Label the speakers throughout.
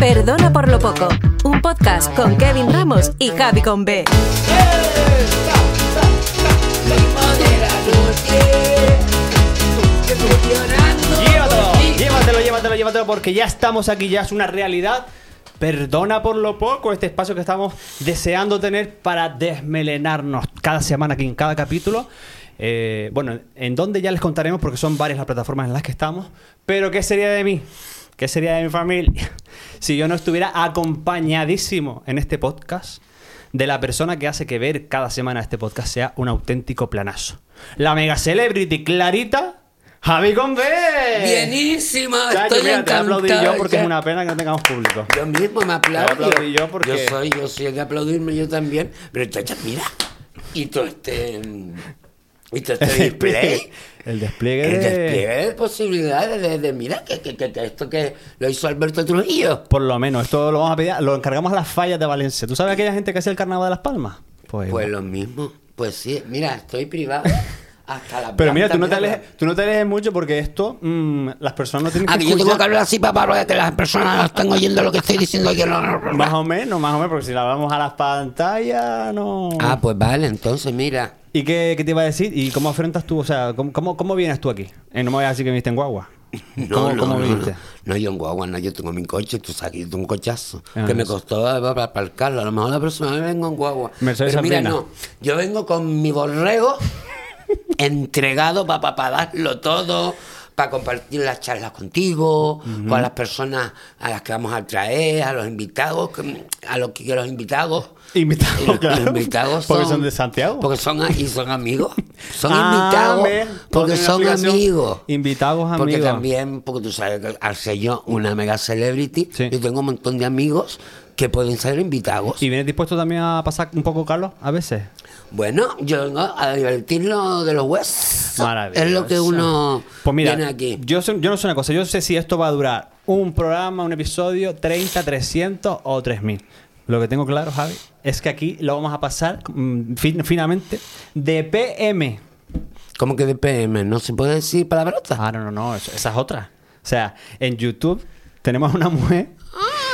Speaker 1: Perdona por lo poco, un podcast con Kevin Ramos y Javi con B.
Speaker 2: Llévatelo, llévatelo, llévatelo, llévatelo, porque ya estamos aquí, ya es una realidad. Perdona por lo poco este espacio que estamos deseando tener para desmelenarnos cada semana aquí en cada capítulo. Eh, bueno, en donde ya les contaremos porque son varias las plataformas en las que estamos. Pero ¿qué sería de mí? ¿Qué sería de mi familia? Si yo no estuviera acompañadísimo en este podcast de la persona que hace que ver cada semana este podcast sea un auténtico planazo. La mega celebrity Clarita Javi Conve.
Speaker 3: Bienísima,
Speaker 2: Chacho,
Speaker 3: estoy
Speaker 2: mira, te aplaudí
Speaker 3: encantado.
Speaker 2: yo porque
Speaker 3: ya.
Speaker 2: es una pena que no tengamos público.
Speaker 3: Yo mismo me aplaudo.
Speaker 2: Te aplaudí yo porque-
Speaker 3: Yo soy, yo soy el de aplaudirme yo también. Pero chacha, mira. Y todo este... mm, Y todo este display.
Speaker 2: El despliegue.
Speaker 3: el
Speaker 2: de-
Speaker 3: despliegue de posibilidades de, de- mira que, que- que- que esto que lo hizo Alberto Trujillo.
Speaker 2: Por lo menos, esto lo vamos a pedir, lo encargamos a las fallas de Valencia. ¿Tú sabes aquella gente que hace el carnaval de Las Palmas? Pues.
Speaker 3: Pues lo mismo. Pues sí, mira, estoy privado hasta la
Speaker 2: Pero mira,
Speaker 3: planta,
Speaker 2: tú no, te
Speaker 3: mira.
Speaker 2: alejes, tú no te alejes mucho porque esto, mm, las personas no tienen
Speaker 3: Ah,
Speaker 2: que
Speaker 3: que yo tengo que
Speaker 2: escuchar.
Speaker 3: hablar así, papá, para que las personas no estén oyendo lo que estoy diciendo. Que no,
Speaker 2: Más o menos, más o menos, porque si la vamos a las pantallas, no.
Speaker 3: Ah, pues vale, entonces mira.
Speaker 2: ¿Y qué, qué te iba a decir? ¿Y cómo afrontas tú? O sea, ¿cómo, cómo, cómo vienes tú aquí? Eh, no me vayas a decir que viniste en guagua. ¿Cómo, cómo viniste?
Speaker 3: No, No, yo en guagua, no, yo tengo mi coche, tú sabes que yo tengo un cochazo,
Speaker 2: Ah,
Speaker 3: que me
Speaker 2: sí.
Speaker 3: costó eh, para aparcarlo, a lo mejor la próxima vez vengo en guagua.
Speaker 2: Mercedes
Speaker 3: Pero mira,
Speaker 2: Sardina.
Speaker 3: no, yo vengo con mi borrego entregado para darlo todo, para compartir las charlas contigo, con las personas a las que vamos a traer, a los invitados, que- a los que los invitados... Eh,
Speaker 2: Invitados,
Speaker 3: los- los
Speaker 2: claro,
Speaker 3: invitados
Speaker 2: porque son de Santiago.
Speaker 3: Porque son, y son amigos. Son
Speaker 2: Ah,
Speaker 3: invitados
Speaker 2: ve,
Speaker 3: porque
Speaker 2: tiene una
Speaker 3: son
Speaker 2: aplicación.
Speaker 3: amigos.
Speaker 2: Invitados, amigos.
Speaker 3: Porque también, porque tú sabes que al ser yo una mega celebrity,
Speaker 2: Sí.
Speaker 3: yo tengo un montón de amigos que pueden ser invitados.
Speaker 2: ¿Y vienes dispuesto también a pasar un poco, Carlos, a veces?
Speaker 3: Bueno, yo vengo a divertirlo de los huesos.
Speaker 2: Maravilloso.
Speaker 3: Es lo que uno
Speaker 2: Pues mira,
Speaker 3: viene aquí.
Speaker 2: Yo, sé- yo no sé una cosa, yo sé si esto va a durar un programa, un episodio, 30, 300 o 3000. Lo que tengo claro, Javi, es que aquí lo vamos a pasar mm, fin- finalmente de PM.
Speaker 3: Como que de PM, no se puede decir palabrota.
Speaker 2: Ah, no, no, no, eso- esa es otra. O sea, en YouTube tenemos una mujer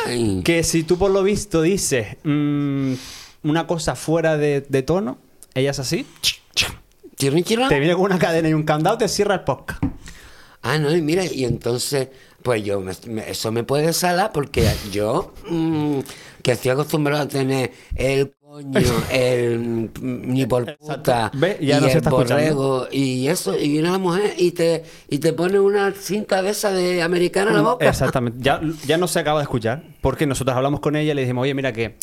Speaker 3: Ay.
Speaker 2: que si tú por lo visto dices mm, una cosa fuera de, de tono, ella es así,
Speaker 3: ¿Chirrin, chirrin?
Speaker 2: te viene con una cadena y un candado, te cierra el podcast.
Speaker 3: Ah, no, y mira, y entonces, pues yo, me- me- eso me puede salar porque yo, mm, que estoy acostumbrado a tener el coño, el mm, ni por puta,
Speaker 2: Ve,
Speaker 3: y
Speaker 2: ya no se
Speaker 3: el
Speaker 2: está escuchando.
Speaker 3: borrego, y eso, y viene la mujer y te, y te pone una cinta de esa de americana en Ah, la boca.
Speaker 2: Exactamente. Ya, ya no se acaba de escuchar. Porque nosotros hablamos con ella y le dijimos, oye, mira que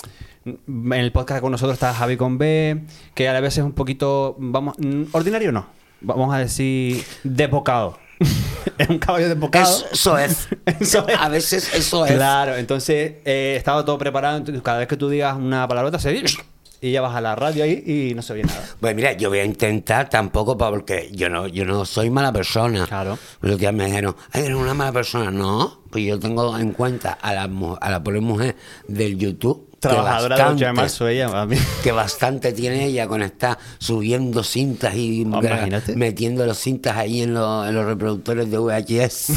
Speaker 2: en el podcast con nosotros está Javi con B, que a veces es un poquito, vamos, mm, ordinario no. Vamos a decir, desbocado. es un caballo desbocado.
Speaker 3: Eso, eso es.
Speaker 2: Eso es.
Speaker 3: A veces eso es.
Speaker 2: Claro, entonces eh, estaba todo preparado. Entonces, cada vez que tú digas una palabrota, se dice, y ya vas a la radio ahí y no se oye nada.
Speaker 3: Pues mira, yo voy a intentar tampoco pa- porque yo no, yo no soy mala persona.
Speaker 2: Claro.
Speaker 3: Los días me dijeron, ay, eres una mala persona. No, pues yo tengo en cuenta a la, mu- a la pobre mujer del YouTube. que
Speaker 2: Trabajadora del 8 de
Speaker 3: bastante-
Speaker 2: marzo, ella, a mí.
Speaker 3: Que bastante tiene ella con estar subiendo cintas y
Speaker 2: Oh, imagínate.
Speaker 3: metiendo las cintas ahí en, los- en los reproductores de VHS.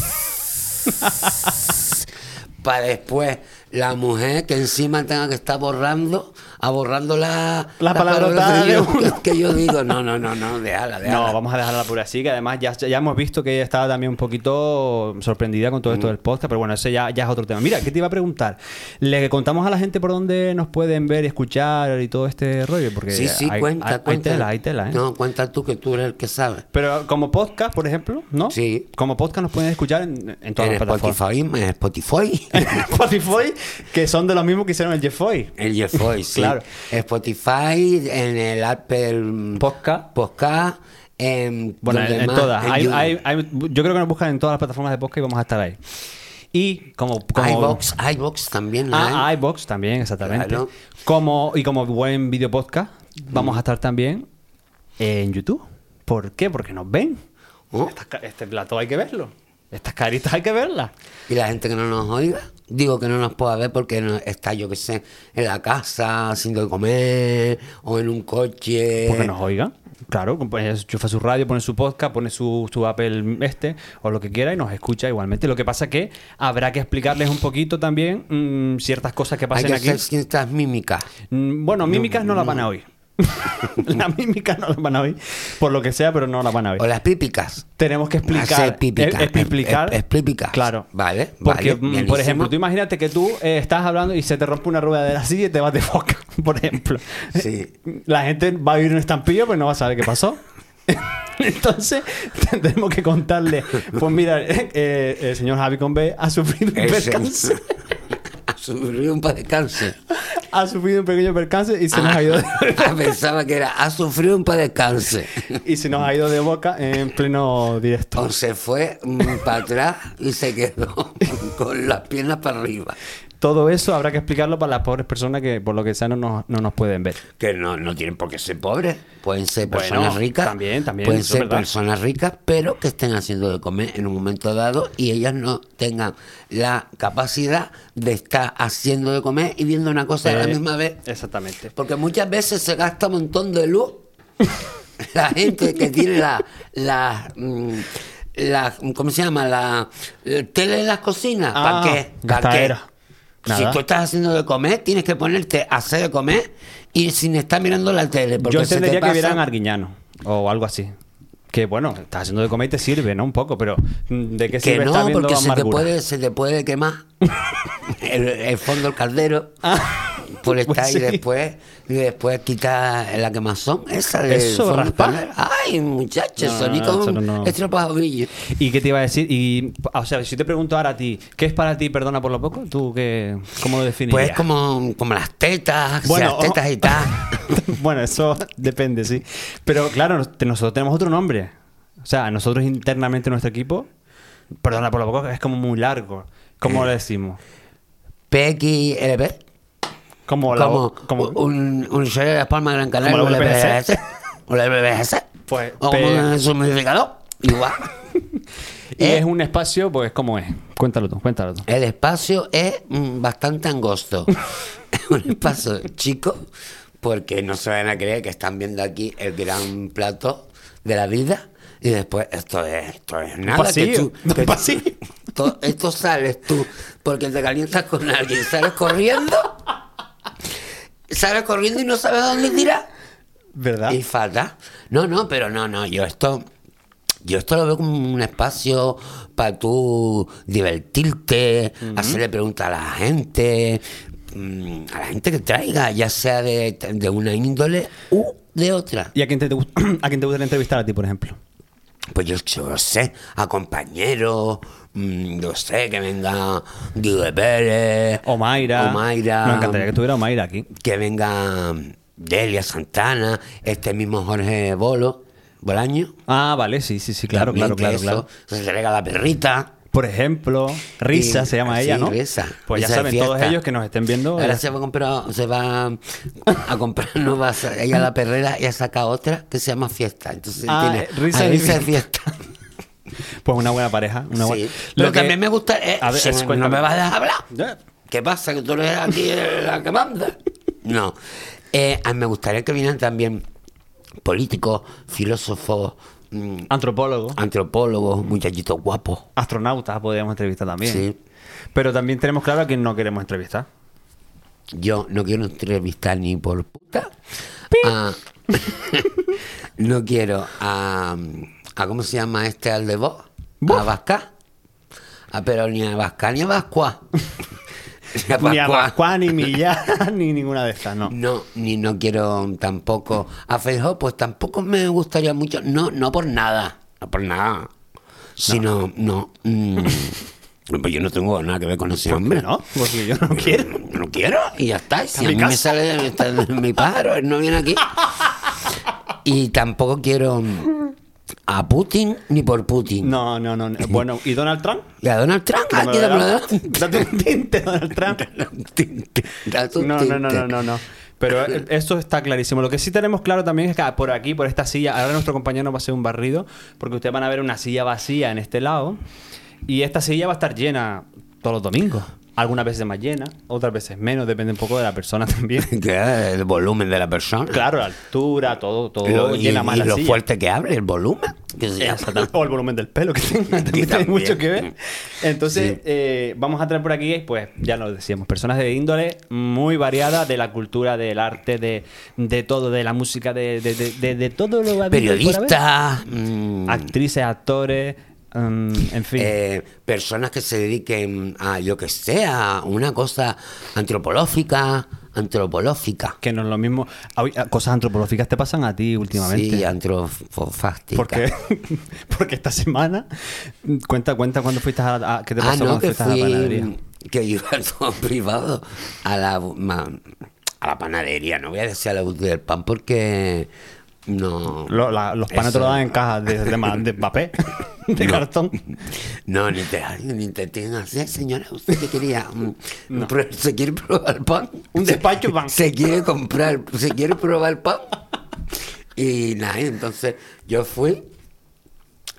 Speaker 3: Para después la mujer que encima tenga que estar borrando, aborrando la,
Speaker 2: Las palabrotas
Speaker 3: que
Speaker 2: de
Speaker 3: yo-
Speaker 2: uno.
Speaker 3: que yo digo, no, no, no, no, déjala, déjala.
Speaker 2: No, vamos a dejarla por así, que además ya, ya hemos visto que ella estaba también un poquito sorprendida con todo
Speaker 3: Mm.
Speaker 2: esto del podcast, pero bueno, ese ya, ya es otro tema. Mira, ¿qué te iba a preguntar? ¿Le contamos a la gente por dónde nos pueden ver y escuchar y todo este rollo? Porque
Speaker 3: Sí, sí,
Speaker 2: hay,
Speaker 3: cuenta,
Speaker 2: hay- hay
Speaker 3: cuenta.
Speaker 2: tela, hay tela, ¿eh?
Speaker 3: No, cuenta tú que tú eres el que sabe.
Speaker 2: Pero como podcast, por ejemplo, ¿no?
Speaker 3: Sí.
Speaker 2: Como podcast nos pueden escuchar en, en todas
Speaker 3: En
Speaker 2: las plataformas.
Speaker 3: Spotify, en Spotify.
Speaker 2: Spotify, que son de los mismos que hicieron el Jeffoy.
Speaker 3: El Jeffoy, sí.
Speaker 2: Claro.
Speaker 3: Spotify, en el Apple
Speaker 2: Podcast.
Speaker 3: Podcast, en,
Speaker 2: Bueno, en,
Speaker 3: donde
Speaker 2: en
Speaker 3: más,
Speaker 2: todas.
Speaker 3: en
Speaker 2: Hay-
Speaker 3: YouTube.
Speaker 2: hay- hay- yo creo que nos buscan en todas las plataformas de podcast y vamos a estar ahí. Y como, como
Speaker 3: iVox, iVox también.
Speaker 2: Ah,
Speaker 3: hay.
Speaker 2: iBox también, exactamente.
Speaker 3: Claro.
Speaker 2: Como, y como buen video podcast, vamos a estar también en YouTube. ¿Por qué? Porque nos ven.
Speaker 3: Oh.
Speaker 2: Estas ca- este plato hay que verlo. Estas caritas hay que verlas.
Speaker 3: Y la gente que no nos oiga, digo que no nos pueda ver porque no- está, yo que sé, en la casa, haciendo de comer, o en un coche. Eh.
Speaker 2: Porque nos oigan. Claro, pues chufa su radio, pone su podcast, pone su, su Apple este o lo que quiera y nos escucha igualmente. Lo que pasa que habrá que explicarles un poquito también mm, ciertas cosas que
Speaker 3: Hay
Speaker 2: pasen
Speaker 3: que
Speaker 2: aquí.
Speaker 3: hacer ciertas mímicas.
Speaker 2: Mm, Bueno, mímicas no, las van a oír. las mímicas no las van a oír, por lo que sea, pero no las van a oír.
Speaker 3: O las pípicas.
Speaker 2: Tenemos que explicar.
Speaker 3: Hacer pípicas.
Speaker 2: eh, explicar.
Speaker 3: Eh, eh, explicar.
Speaker 2: Claro.
Speaker 3: Vale,
Speaker 2: Porque,
Speaker 3: vale,
Speaker 2: mm,
Speaker 3: buenísimo.
Speaker 2: por ejemplo, tú imagínate que tú eh, estás hablando y se te rompe una rueda de la silla y te vas de foca, por ejemplo.
Speaker 3: Sí.
Speaker 2: La gente va a vivir un estampillo, pero no va a saber qué pasó. Entonces, tendremos que contarle. Pues mira, eh, eh, el señor Javi Conve ha sufrido un
Speaker 3: Ese-
Speaker 2: percance.
Speaker 3: A sufrir un percance.
Speaker 2: Ha sufrido un pequeño percance y se nos ha ido de
Speaker 3: Ah, Pensaba que era, ha sufrido un percance.
Speaker 2: y se nos ha ido de boca en pleno directo.
Speaker 3: O se fue mm, para atrás y se quedó con las piernas para arriba.
Speaker 2: Todo eso habrá que explicarlo para las pobres personas que por lo que sea no nos, no nos pueden ver.
Speaker 3: Que no, no tienen por qué ser pobres. Pueden ser
Speaker 2: Bueno,
Speaker 3: personas ricas.
Speaker 2: también, también,
Speaker 3: Pueden
Speaker 2: eso es
Speaker 3: ser
Speaker 2: verdad.
Speaker 3: personas ricas, pero que estén haciendo de comer en un momento dado y ellas no tengan la capacidad de estar haciendo de comer y viendo una cosa a la
Speaker 2: Eh,
Speaker 3: misma vez.
Speaker 2: Exactamente.
Speaker 3: Porque muchas veces se gasta un montón de luz la gente que tiene la, la, mm, la- ¿cómo se llama? La, el tele en las cocinas.
Speaker 2: Ah,
Speaker 3: ¿Para qué? ¿Para
Speaker 2: gastadera. Nada.
Speaker 3: Si tú estás haciendo de comer, tienes que ponerte a hacer de comer y sin estar mirando la tele. Porque
Speaker 2: Yo
Speaker 3: se te
Speaker 2: entendería que
Speaker 3: pasa-
Speaker 2: vieran Arguiñano o algo así. Que bueno, estás haciendo de comer y te sirve, ¿no? Un poco, pero mm, ¿de qué
Speaker 3: que
Speaker 2: sirve estar
Speaker 3: no,
Speaker 2: viendo
Speaker 3: porque se te,
Speaker 2: amargura?
Speaker 3: puede, se te puede quemar el, el fondo del caldero. Por estar
Speaker 2: pues
Speaker 3: y
Speaker 2: sí.
Speaker 3: después y después quitar la quemazón esa de
Speaker 2: Eso,
Speaker 3: fondo del
Speaker 2: raspa.
Speaker 3: caldero. Ay, muchachos,
Speaker 2: No, no,
Speaker 3: soní
Speaker 2: no,
Speaker 3: como
Speaker 2: eso
Speaker 3: un
Speaker 2: no, no.
Speaker 3: estropajovillo.
Speaker 2: ¿Y qué te iba a decir? Y, o sea, si te pregunto ahora a ti, ¿qué es para ti, perdona por lo poco? ¿Tú qué, cómo lo definirías?
Speaker 3: Pues como, como las tetas,
Speaker 2: Bueno, oh.
Speaker 3: las tetas y tal.
Speaker 2: bueno, eso depende, sí. Pero claro, nos- te- nosotros tenemos otro nombre. O sea, nosotros internamente nuestro equipo, perdona por lo poco, es como muy largo.
Speaker 3: Eh.
Speaker 2: ¿Cómo lo decimos?
Speaker 3: PXLP.
Speaker 2: Como, la
Speaker 3: Como,
Speaker 2: voz- como
Speaker 3: un, un show de las palmas de Gran Canaria.
Speaker 2: Como la
Speaker 3: un
Speaker 2: WPS.
Speaker 3: LPS, Un LPS,
Speaker 2: Pues,
Speaker 3: O
Speaker 2: P-
Speaker 3: un sumidificador. Igual.
Speaker 2: y
Speaker 3: eh.
Speaker 2: es un espacio, pues como es. Cuéntalo tú, cuéntalo tú.
Speaker 3: El espacio es mm, bastante angosto. es un espacio chico, porque no se van a creer que están viendo aquí el gran plato de la vida. Y después, esto es, esto es nada.
Speaker 2: pasillo,
Speaker 3: que tú,
Speaker 2: un
Speaker 3: que tú-
Speaker 2: pasillo.
Speaker 3: to- esto sales tú, porque te calientas con alguien, sales corriendo, sales corriendo y no sabes a dónde tirar.
Speaker 2: ¿Verdad?
Speaker 3: Y falta. No, no, pero no, no, yo esto. Yo esto lo veo como un espacio para tú divertirte, hacerle preguntas a la gente, mm, a la gente que traiga, ya sea de, de una índole u de otra.
Speaker 2: ¿Y a quién te, te gust- a quién te gustaría entrevistar a ti, por ejemplo?
Speaker 3: Pues yo, yo sé, a compañeros, mm, yo sé que venga Guido de Pérez,
Speaker 2: O Mayra.
Speaker 3: o Mayra.
Speaker 2: Me encantaría que estuviera Omaira aquí.
Speaker 3: que venga Delia Santana, este mismo Jorge Bolo, Bolaño.
Speaker 2: Ah, vale, sí, sí, sí, claro,
Speaker 3: También
Speaker 2: claro, claro,
Speaker 3: que
Speaker 2: claro.
Speaker 3: eso, Se le regala la perrita.
Speaker 2: Por ejemplo, Risa
Speaker 3: Y-
Speaker 2: se llama ella,
Speaker 3: sí,
Speaker 2: ¿no?
Speaker 3: Risa.
Speaker 2: Pues ya
Speaker 3: Risa de
Speaker 2: saben todos
Speaker 3: fiesta.
Speaker 2: ellos que nos estén viendo.
Speaker 3: Ahora
Speaker 2: eh,
Speaker 3: se va a comprar, se va a comprar, no va a sa- ella a la perrera y a sacar otra que se llama fiesta. Entonces
Speaker 2: Ah,
Speaker 3: tiene
Speaker 2: eh, Risa
Speaker 3: a
Speaker 2: de
Speaker 3: de fiesta.
Speaker 2: Pues una buena pareja. Una buena...
Speaker 3: Sí. Lo, que a mí me gusta es,
Speaker 2: A ver,
Speaker 3: si
Speaker 2: es-
Speaker 3: no- no
Speaker 2: cuéntame.
Speaker 3: me vas a dejar hablar.
Speaker 2: Ya.
Speaker 3: ¿Qué pasa? Que tú eres aquí la que manda. No. Eh, a mí me gustaría que vinieran también políticos, filósofos, mm,
Speaker 2: Antropólogo.
Speaker 3: antropólogos, muchachitos guapos.
Speaker 2: Astronautas podríamos entrevistar también.
Speaker 3: Sí.
Speaker 2: Pero también tenemos claro a quién no queremos entrevistar.
Speaker 3: Yo no quiero entrevistar ni por puta. a- no quiero a, a. ¿Cómo se llama este al de vos? A Vasca. A, pero ni a Vasca ni a Vascua. Ni a
Speaker 2: Ni a
Speaker 3: Pascua.
Speaker 2: Pascua, ni Millán, ni ninguna de estas, no.
Speaker 3: No, ni no quiero tampoco. A Feijó, pues tampoco me gustaría mucho. No, no por nada. No por nada. Sino, no. mm, pues yo no tengo nada que ver con ese hombre.
Speaker 2: No, porque yo no quiero.
Speaker 3: No quiero y ya está. Si
Speaker 2: en
Speaker 3: a
Speaker 2: mi
Speaker 3: mí me
Speaker 2: casa.
Speaker 3: sale está en mi pájaro, él no viene aquí. Y tampoco quiero a Putin ni por Putin.
Speaker 2: No, no, no. no. Bueno, ¿y Donald Trump?
Speaker 3: Y a Donald Trump,
Speaker 2: Que me
Speaker 3: aquí
Speaker 2: lo
Speaker 3: dámelo,
Speaker 2: da-
Speaker 3: dámelo.
Speaker 2: Date un tinte, Donald Trump.
Speaker 3: Date un
Speaker 2: No, no, no,
Speaker 3: tinte.
Speaker 2: no, no, no. Pero eh, eso está clarísimo. Lo que sí tenemos claro también es que ah, por aquí, por esta silla, ahora nuestro compañero nos va a hacer un barrido, porque ustedes van a ver una silla vacía en este lado, y esta silla va a estar llena todos los domingos. Algunas veces más llena, otras veces menos, depende un poco de la persona también.
Speaker 3: Que es el volumen de la persona.
Speaker 2: Claro, la altura, todo, todo
Speaker 3: Lo- y
Speaker 2: llena más
Speaker 3: y
Speaker 2: la
Speaker 3: lo
Speaker 2: silla.
Speaker 3: fuerte que hable, el volumen. Que se llama.
Speaker 2: o el volumen del pelo que tenga, también tiene
Speaker 3: Eh, también.
Speaker 2: mucho que ver. Entonces,
Speaker 3: Sí.
Speaker 2: eh, vamos a traer por aquí, pues ya lo decíamos, personas de índole muy variada, de la cultura, del arte, de, de todo, de la música, de, de, de, de- de todo lo habido y por haber.
Speaker 3: Periodistas, mm,
Speaker 2: Ah, actrices, actores, mm, en fin.
Speaker 3: eh, personas que se dediquen a yo que sea, una cosa antropológica, antropológica.
Speaker 2: que no es lo mismo. Ay, ah, Cosas antropológicas te pasan a ti últimamente.
Speaker 3: Sí, antropofástica.
Speaker 2: Porque, porque esta semana. Cuenta, cuenta cuando fuiste a. a- ¿Qué te
Speaker 3: Ah,
Speaker 2: pasó
Speaker 3: no,
Speaker 2: cuando
Speaker 3: que
Speaker 2: fuiste a la panadería?
Speaker 3: fui, que iba todo privado a la, ma- a la panadería, no voy a decir a la boutique del pan porque no...
Speaker 2: Lo- la- los panes te lo
Speaker 3: Eso.
Speaker 2: dan en cajas de, de, ma- de papel, de
Speaker 3: No.
Speaker 2: cartón.
Speaker 3: No, ni te, ni te tienen así, señora, usted que quería, mm, pro- se quiere probar pan.
Speaker 2: Un
Speaker 3: Se-
Speaker 2: despacho pan.
Speaker 3: Se quiere comprar, se quiere probar pan. Y nada, y entonces yo fui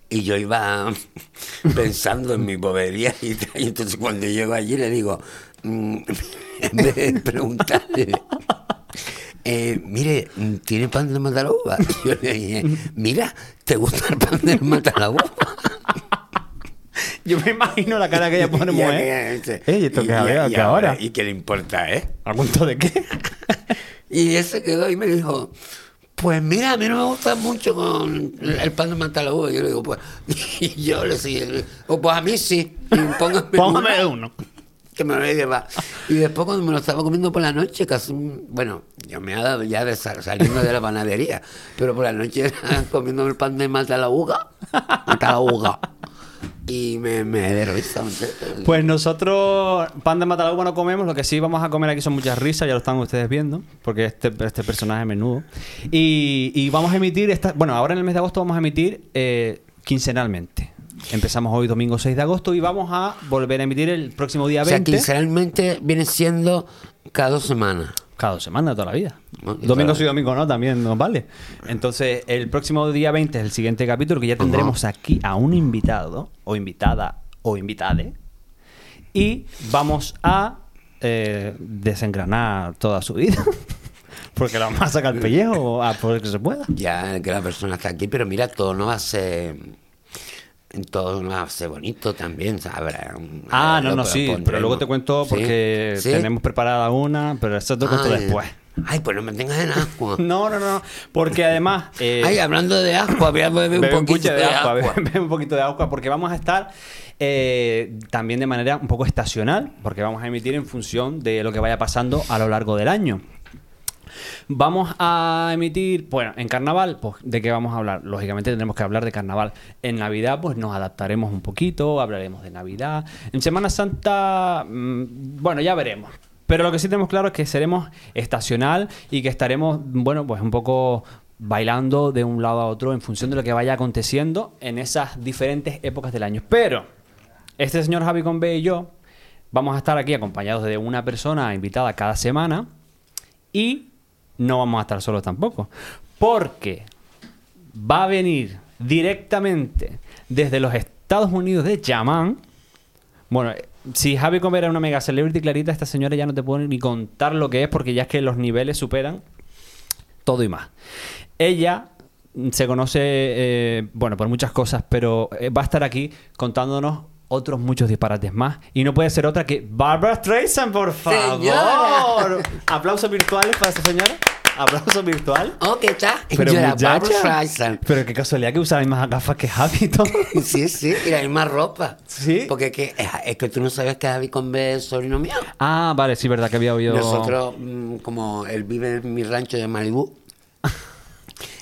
Speaker 3: y yo iba pensando en mi bobería y, tal, y entonces cuando llego allí le digo, mm, en vez de preguntarle, eh, mire, ¿tiene pan del Matalaúba? Y yo le dije, mira, ¿te gusta el pan del Matalaúba?
Speaker 2: Yo me imagino la cara que ella pone,
Speaker 3: Y
Speaker 2: mujer.
Speaker 3: aquella dice,
Speaker 2: Ey, esto
Speaker 3: este, y-
Speaker 2: que
Speaker 3: y-
Speaker 2: había,
Speaker 3: y
Speaker 2: que ahora.
Speaker 3: ¿Y qué le importa, eh?
Speaker 2: ¿A cuento de qué?
Speaker 3: Y él se quedó y me dijo, pues mira, a mí no me gusta mucho con el pan de mantalaúba. Y yo le digo, pues, y yo le seguí, le digo, "Oh, pues a mí sí, y póngame,
Speaker 2: Póngame
Speaker 3: uno,
Speaker 2: uno.
Speaker 3: que me lo voy a llevar. Y después cuando me lo estaba comiendo por la noche, casi, un- bueno, yo me ha dado ya de sal- saliendo de la panadería, pero por la noche era comiéndome el pan de mantalaúba, mantalaúba. Y me, me de risa, me-
Speaker 2: Pues nosotros, pan de Mataluba no comemos, lo que sí vamos a comer aquí son muchas risas, ya lo están ustedes viendo, porque este, este personaje es menudo. Y, y vamos a emitir, esta, bueno, ahora en el mes de agosto vamos a emitir eh, quincenalmente. Empezamos hoy domingo 6 de agosto y vamos a volver a emitir el próximo día
Speaker 3: O sea,
Speaker 2: 20.
Speaker 3: quincenalmente viene siendo cada dos semanas.
Speaker 2: Cada dos semanas, toda la vida.
Speaker 3: Bueno, y
Speaker 2: domingo
Speaker 3: para-
Speaker 2: sí, domingo no, también nos vale. Entonces, el próximo día 20 es el siguiente capítulo que ya tendremos aquí a un invitado o invitada o invitade. Y vamos a eh, desengranar toda su vida. Porque la vamos a sacar el pellejo a por el que se pueda.
Speaker 3: Ya que la persona está aquí, pero mira, todo no va a ser. mm, Todo no va a ser bonito también, ¿sabes?
Speaker 2: Ah, no, no, sí. Pero luego te cuento porque tenemos preparada una, pero eso te lo
Speaker 3: Ah,
Speaker 2: cuento después.
Speaker 3: Ay, pues no me tengas en asco.
Speaker 2: No, no, no. Porque además... eh,
Speaker 3: Ay, hablando de asco, había bebido un
Speaker 2: Bebe un
Speaker 3: poquito
Speaker 2: cuche
Speaker 3: de
Speaker 2: de agua,
Speaker 3: asco.
Speaker 2: bebe- bebe un poquito de agua, porque vamos a estar eh, también de manera un poco estacional, porque vamos a emitir en función de lo que vaya pasando a lo largo del año. Vamos a emitir, bueno, en carnaval, pues de qué vamos a hablar. Lógicamente tendremos que hablar de carnaval. En Navidad, pues nos adaptaremos un poquito, hablaremos de Navidad. En Semana Santa, mm, bueno, ya veremos. Pero lo que sí tenemos claro es que seremos estacional y que estaremos, bueno, pues un poco bailando de un lado a otro en función de lo que vaya aconteciendo en esas diferentes épocas del año. Pero este señor Javi Conve y yo vamos a estar aquí acompañados de una persona invitada cada semana. Y no vamos a estar solos tampoco. Porque va a venir directamente desde los Estados Unidos de Yamán. Bueno, eh, si Javi Comer era una mega celebrity clarita, esta señora ya no te puedo ni contar lo que es porque ya es que los niveles superan todo y más. Ella se conoce, eh, bueno, por muchas cosas, pero eh, va a estar aquí contándonos otros muchos disparates más. Y no puede ser otra que Barbara Streisand, por favor.
Speaker 3: Señora.
Speaker 2: Aplausos virtuales para esta señora. Aplauso virtual.
Speaker 3: Oh, ¿qué tal? Yo era
Speaker 2: muchacha,
Speaker 3: Barbra Streisand.
Speaker 2: pero qué casualidad que usa las mismas gafas que Javi y todo.
Speaker 3: Sí, sí, y la misma ropa.
Speaker 2: Sí.
Speaker 3: Porque es que, es que tú no sabes que Javi Conve es sobrino mío.
Speaker 2: Ah, vale, sí, verdad que había oído.
Speaker 3: Nosotros, mm, como él vive en mi rancho de Malibú,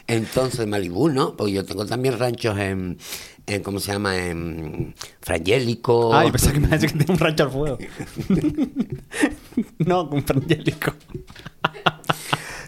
Speaker 3: entonces Malibú, ¿no? Porque yo tengo también ranchos en, en ¿cómo se llama? En Frangélico.
Speaker 2: Ay, Ah, pensé que me decía que tenía un rancho al fuego. no, con frangélico.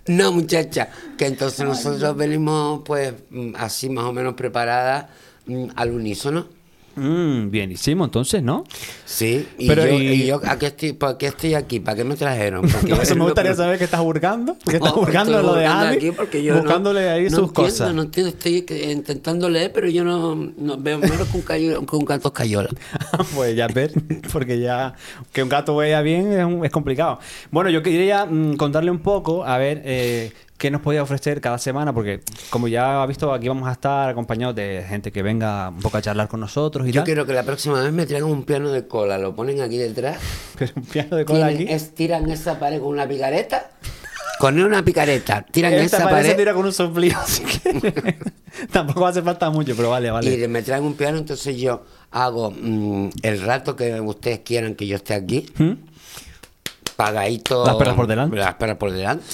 Speaker 3: No, muchacha, que entonces nosotros venimos, pues, mm, así más o menos preparadas mm, al unísono.
Speaker 2: Mm, bienísimo, entonces, ¿no?
Speaker 3: Sí, y,
Speaker 2: Pero
Speaker 3: yo,
Speaker 2: y-
Speaker 3: y yo, ¿a qué estoy, ¿por qué estoy aquí? ¿Para qué me trajeron? Porque
Speaker 2: No, eso
Speaker 3: es
Speaker 2: me
Speaker 3: lo
Speaker 2: gustaría
Speaker 3: que-
Speaker 2: saber que estás hurgando. Que estás
Speaker 3: No, porque
Speaker 2: hurgando
Speaker 3: estoy
Speaker 2: lo de
Speaker 3: hurgando aquí
Speaker 2: Andy.
Speaker 3: porque yo no-
Speaker 2: Buscándole ahí
Speaker 3: no
Speaker 2: sus
Speaker 3: entiendo,
Speaker 2: cosas.
Speaker 3: No entiendo, estoy que- intentando leer, pero yo no, no veo menos que un, cayo- que un gato cayola.
Speaker 2: pues ya ver, porque ya que un gato vea bien es, un- es complicado. Bueno, yo quería mm, contarle un poco, a ver eh, qué nos podía ofrecer cada semana, porque como ya ha visto, aquí vamos a estar acompañados de gente que venga un poco a charlar con nosotros y
Speaker 3: Yo
Speaker 2: tal.
Speaker 3: quiero que la próxima vez me traigan un piano de cola, lo ponen aquí detrás,
Speaker 2: Pero un piano de cola
Speaker 3: tienen-
Speaker 2: aquí.
Speaker 3: estiran esa pared con una picareta, con una picareta, tiran
Speaker 2: Esta
Speaker 3: esa
Speaker 2: parece
Speaker 3: pared
Speaker 2: tira con un soplido, así que tampoco hace falta mucho, pero vale, vale.
Speaker 3: y me traen un piano, entonces yo hago mm, el rato que ustedes quieran que yo esté aquí,
Speaker 2: ¿Mm?
Speaker 3: pagadito.
Speaker 2: Las perras por delante.
Speaker 3: Las perras por delante.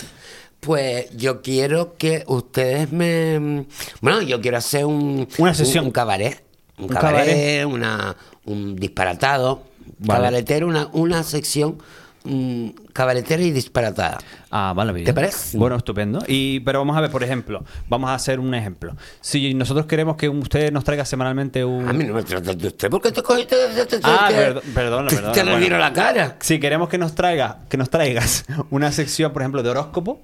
Speaker 3: Pues yo quiero que ustedes me. mm, Bueno, yo quiero hacer un.
Speaker 2: Una sesión.
Speaker 3: Un, un cabaret. Un
Speaker 2: Un
Speaker 3: cabaret,
Speaker 2: cabaret.
Speaker 3: una, un disparatado.
Speaker 2: Vale.
Speaker 3: Cabaretero, una, una sección mm, cabaretera y disparatada.
Speaker 2: Ah, vale, bien.
Speaker 3: ¿Te parece?
Speaker 2: Bueno, estupendo. Y, pero vamos a ver, por ejemplo, vamos a hacer un ejemplo. Si nosotros queremos que usted nos traiga semanalmente un...
Speaker 3: A mí no me tratas de usted. ¿Por qué te cogiste? Te, te-
Speaker 2: Mm. Ah,
Speaker 3: te-
Speaker 2: perdo- perdona,
Speaker 3: te-
Speaker 2: perdona,
Speaker 3: Te reviro
Speaker 2: bueno.
Speaker 3: la cara.
Speaker 2: Si queremos que nos traiga, que nos traigas una sección, por ejemplo, de horóscopo,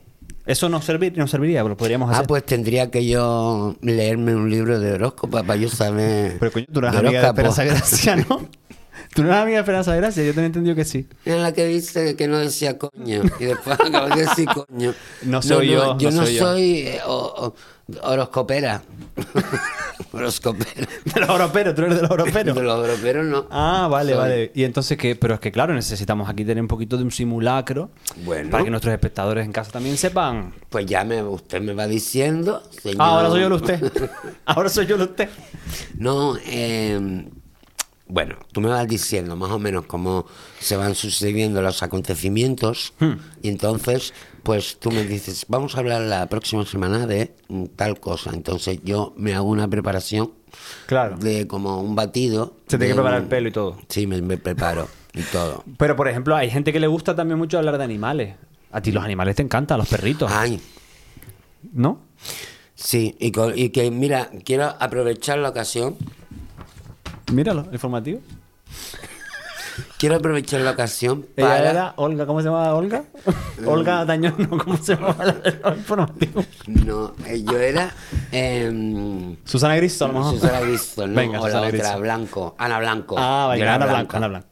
Speaker 2: eso nos, servir, nos serviría, lo podríamos hacer.
Speaker 3: Ah, pues tendría que yo leerme un libro de horóscopo para yo saber.
Speaker 2: Pero coño, tú no eres
Speaker 3: de
Speaker 2: amiga de
Speaker 3: horóscopo.
Speaker 2: Esperanza Gracia, ¿no? Tú no eres amiga de Esperanza Gracia, yo tenía entendido que sí.
Speaker 3: Era la que dice que no decía coño. Y después acabó de decir coño.
Speaker 2: No soy yo,
Speaker 3: Yo
Speaker 2: no
Speaker 3: no,
Speaker 2: soy
Speaker 3: soy,
Speaker 2: yo.
Speaker 3: eh, o- o- horoscopera. horoscopera.
Speaker 2: De los europeros, tú eres de los
Speaker 3: De
Speaker 2: europeros.
Speaker 3: los horoperos no.
Speaker 2: Ah, vale,
Speaker 3: Soy-
Speaker 2: vale. Y entonces, que, pero es que claro, necesitamos aquí tener un poquito de un simulacro
Speaker 3: Bueno.
Speaker 2: para que nuestros espectadores en casa también sepan
Speaker 3: Pues ya me, usted me va diciendo. señor.
Speaker 2: Ah, ahora soy yo el usted. Ahora soy yo el usted.
Speaker 3: No, eh, bueno, tú me vas diciendo más o menos cómo se van sucediendo los acontecimientos.
Speaker 2: Hmm.
Speaker 3: Y entonces, pues tú me dices, vamos a hablar la próxima semana de mm, tal cosa. Entonces yo me hago una preparación
Speaker 2: Claro.
Speaker 3: de como un batido.
Speaker 2: Se tiene
Speaker 3: de
Speaker 2: que preparar
Speaker 3: un-
Speaker 2: el pelo y todo.
Speaker 3: Sí, me, me preparo y todo.
Speaker 2: Pero, por ejemplo, hay gente que le gusta también mucho hablar de animales. A ti los animales te encantan, los perritos,
Speaker 3: Ay,
Speaker 2: ¿no?
Speaker 3: sí, y, co- y que mira, quiero aprovechar la ocasión.
Speaker 2: Míralo, el formativo.
Speaker 3: Quiero aprovechar la ocasión
Speaker 2: Ella
Speaker 3: para... Eh.
Speaker 2: era Olga, ¿cómo se llamaba Olga? Olga Dañón, no, ¿cómo se llamaba la del informativo?
Speaker 3: No, eh, yo era... em,
Speaker 2: Susana Griso, a lo mejor.
Speaker 3: Susana Griso, ¿no?
Speaker 2: Venga,
Speaker 3: o la
Speaker 2: Susana
Speaker 3: otra,
Speaker 2: Griso.
Speaker 3: Blanco. Ana Blanco.
Speaker 2: Ah,
Speaker 3: Yo
Speaker 2: venga,
Speaker 3: era
Speaker 2: Ana Blanco, Ana Blanco.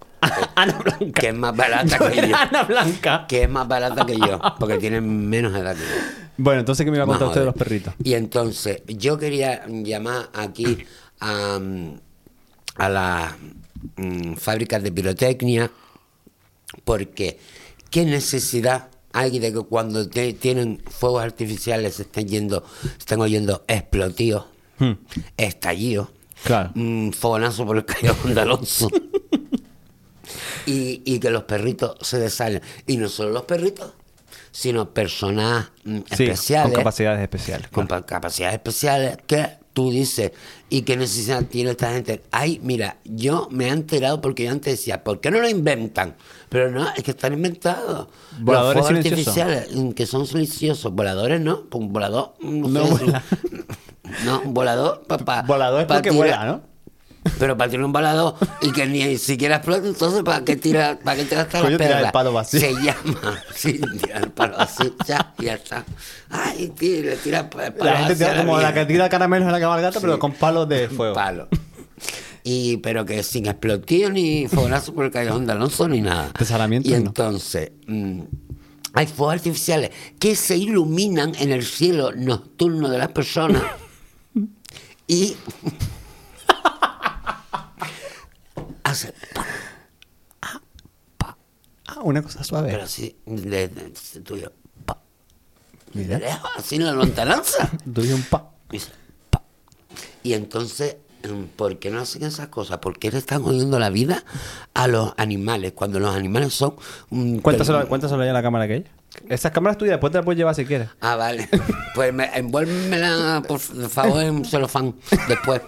Speaker 2: Ana Blanca.
Speaker 3: Que es más barata que yo.
Speaker 2: Ana Blanca.
Speaker 3: Que es más barata que yo, porque tiene menos edad que yo.
Speaker 2: Bueno, entonces, ¿qué me iba a
Speaker 3: Más
Speaker 2: contar usted de los
Speaker 3: joven.
Speaker 2: perritos?
Speaker 3: Y entonces, yo quería llamar aquí a, mm, a las mm, fábricas de pirotecnia, porque qué necesidad hay de que cuando te- tienen fuegos artificiales estén yendo, estén oyendo explotíos,
Speaker 2: Hmm.
Speaker 3: estallidos.
Speaker 2: Claro.
Speaker 3: un fogonazo por el callejón de Alonso. y, y que los perritos se desalen. Y no solo los perritos, sino personas mm,
Speaker 2: Sí,
Speaker 3: especiales.
Speaker 2: con capacidades especiales.
Speaker 3: con pa- capacidades especiales que tú dices. ¿Y qué necesidad tiene esta gente? Ay, mira, yo me he enterado porque yo antes decía, ¿por qué no lo inventan? Pero no, es que están inventados.
Speaker 2: Voladores
Speaker 3: los fuegos
Speaker 2: silenciosos.
Speaker 3: artificiales, mm, que son silenciosos. Voladores no, pues un volador. mm,
Speaker 2: No
Speaker 3: sé, es un-
Speaker 2: vuela.
Speaker 3: No, un volador, papá.
Speaker 2: Volador es porque vuela, ¿no?
Speaker 3: Pero para tirar un balado y que ni siquiera explota, entonces ¿para qué tira, para qué te gastas
Speaker 2: Coño,
Speaker 3: la
Speaker 2: tirar
Speaker 3: perla?
Speaker 2: el palo vacío.
Speaker 3: Se llama, sí, tirar el palo así, ya, y ya está. Ay, tío, le tira el palo
Speaker 2: La gente
Speaker 3: hacia
Speaker 2: tira como la que
Speaker 3: mierda.
Speaker 2: tira caramelos en la cabalgata, pero
Speaker 3: Sí.
Speaker 2: con palos de fuego.
Speaker 3: Palo. Y, pero que sin explotillo ni fogonazo por el callejón de Alonso ni nada.
Speaker 2: Desalamientos,
Speaker 3: Y
Speaker 2: no.
Speaker 3: entonces, mm, hay fuegos artificiales que se iluminan en el cielo nocturno de las personas. y. hace
Speaker 2: Ah, una cosa suave.
Speaker 3: Pero sí, de, de- de- tuyo. Pa.
Speaker 2: Mira.
Speaker 3: De lejos, así en la lontananza.
Speaker 2: Doy un pa.
Speaker 3: Y dice, pa. Y entonces, mm, ¿por qué no hacen esas cosas? ¿Por qué le están jodiendo la vida a los animales? Cuando los animales son. mm,
Speaker 2: Cuéntaselo,
Speaker 3: per-
Speaker 2: cuéntaselo ya a la cámara que hay. Esas cámaras tuyas, después te las puedes llevar si quieres.
Speaker 3: Ah, vale. Pues me, envuélvemela, por favor, en celofán después.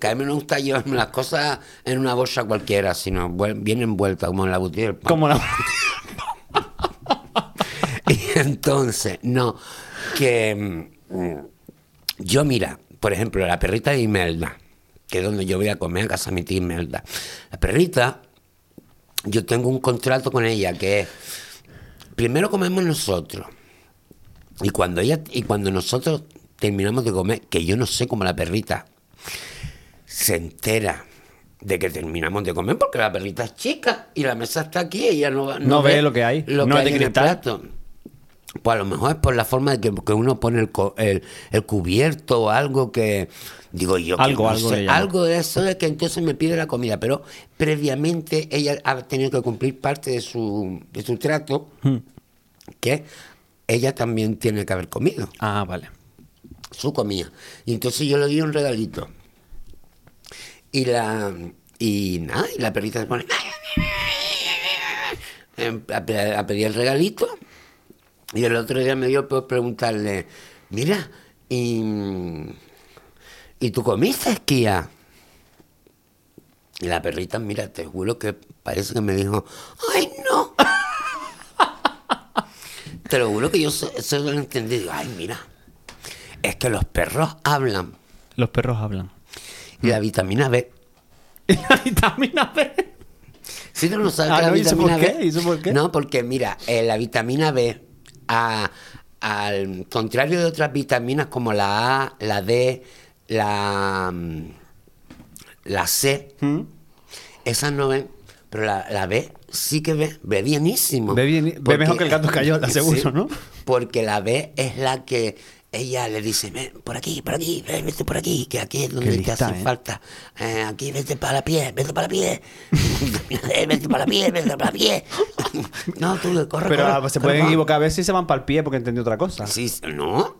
Speaker 3: Que a mí no me gusta llevarme las cosas en una bolsa cualquiera, sino vuel- bien envuelta, como en la botella del pan.
Speaker 2: Como la.
Speaker 3: Y entonces, no, que mm, yo mira, por ejemplo, la perrita de Imelda, que es donde yo voy a comer a casa de mi tía Imelda. La perrita, yo tengo un contrato con ella que es, primero comemos nosotros, y cuando, ella, y cuando nosotros terminamos de comer, que yo no sé cómo la perrita se entera de que terminamos de comer, porque la perrita es chica y la mesa está aquí, ella no, va-
Speaker 2: No ve lo que hay,
Speaker 3: lo
Speaker 2: no
Speaker 3: que
Speaker 2: es de
Speaker 3: hay en el
Speaker 2: cristal.
Speaker 3: plato. Pues a lo mejor es por la forma de que, que uno pone el, co- el, el cubierto o algo que. Digo yo, que
Speaker 2: Algo,
Speaker 3: no
Speaker 2: algo
Speaker 3: sé,
Speaker 2: le llama.
Speaker 3: algo de eso es que entonces me pide la comida, pero previamente ella ha tenido que cumplir parte de su, de su trato,
Speaker 2: Hmm.
Speaker 3: que ella también tiene que haber comido
Speaker 2: Ah, vale.
Speaker 3: su comida. Y entonces yo le di un regalito. Y la y nada, y la perrita se pone em, a, pe- a pedir el regalito. Y el otro día me dio por preguntarle, mira, y, ¿y tú comiste esquía? Y la perrita, mira, te juro que parece que me dijo, ¡ay no! te lo juro que yo se- se lo entendí. Digo, ay, mira, es que los perros hablan.
Speaker 2: Los perros hablan.
Speaker 3: Y
Speaker 2: Mm.
Speaker 3: la vitamina B.
Speaker 2: La vitamina B.
Speaker 3: Si no lo sabes
Speaker 2: Ah,
Speaker 3: que la
Speaker 2: ¿no? ¿Y eso por
Speaker 3: vitamina
Speaker 2: qué?
Speaker 3: B.
Speaker 2: ¿Y eso por qué?
Speaker 3: No, porque mira, eh, la vitamina B, a- al contrario de otras vitaminas como la A, la D, la, mm, la C,
Speaker 2: ¿Mm?
Speaker 3: esas no ven, pero la, la B sí que ve, ve bienísimo.
Speaker 2: Ve bien- ve mejor que el gato Cayola, seguro, ¿no?
Speaker 3: Porque la B es la que ella le dice, "Ven, por aquí, por aquí, ven, vete por aquí, que aquí es donde
Speaker 2: lista,
Speaker 3: te hace
Speaker 2: ¿eh?
Speaker 3: falta. Eh, aquí vete para la pie, vete para la pie. Eh, vete para la pie, vete para la pie. No, tú corre,
Speaker 2: Pero
Speaker 3: corre,
Speaker 2: ah, se
Speaker 3: corre,
Speaker 2: pueden
Speaker 3: corre.
Speaker 2: equivocar a veces y se van para el pie porque entendí otra cosa.
Speaker 3: Sí, sí, no.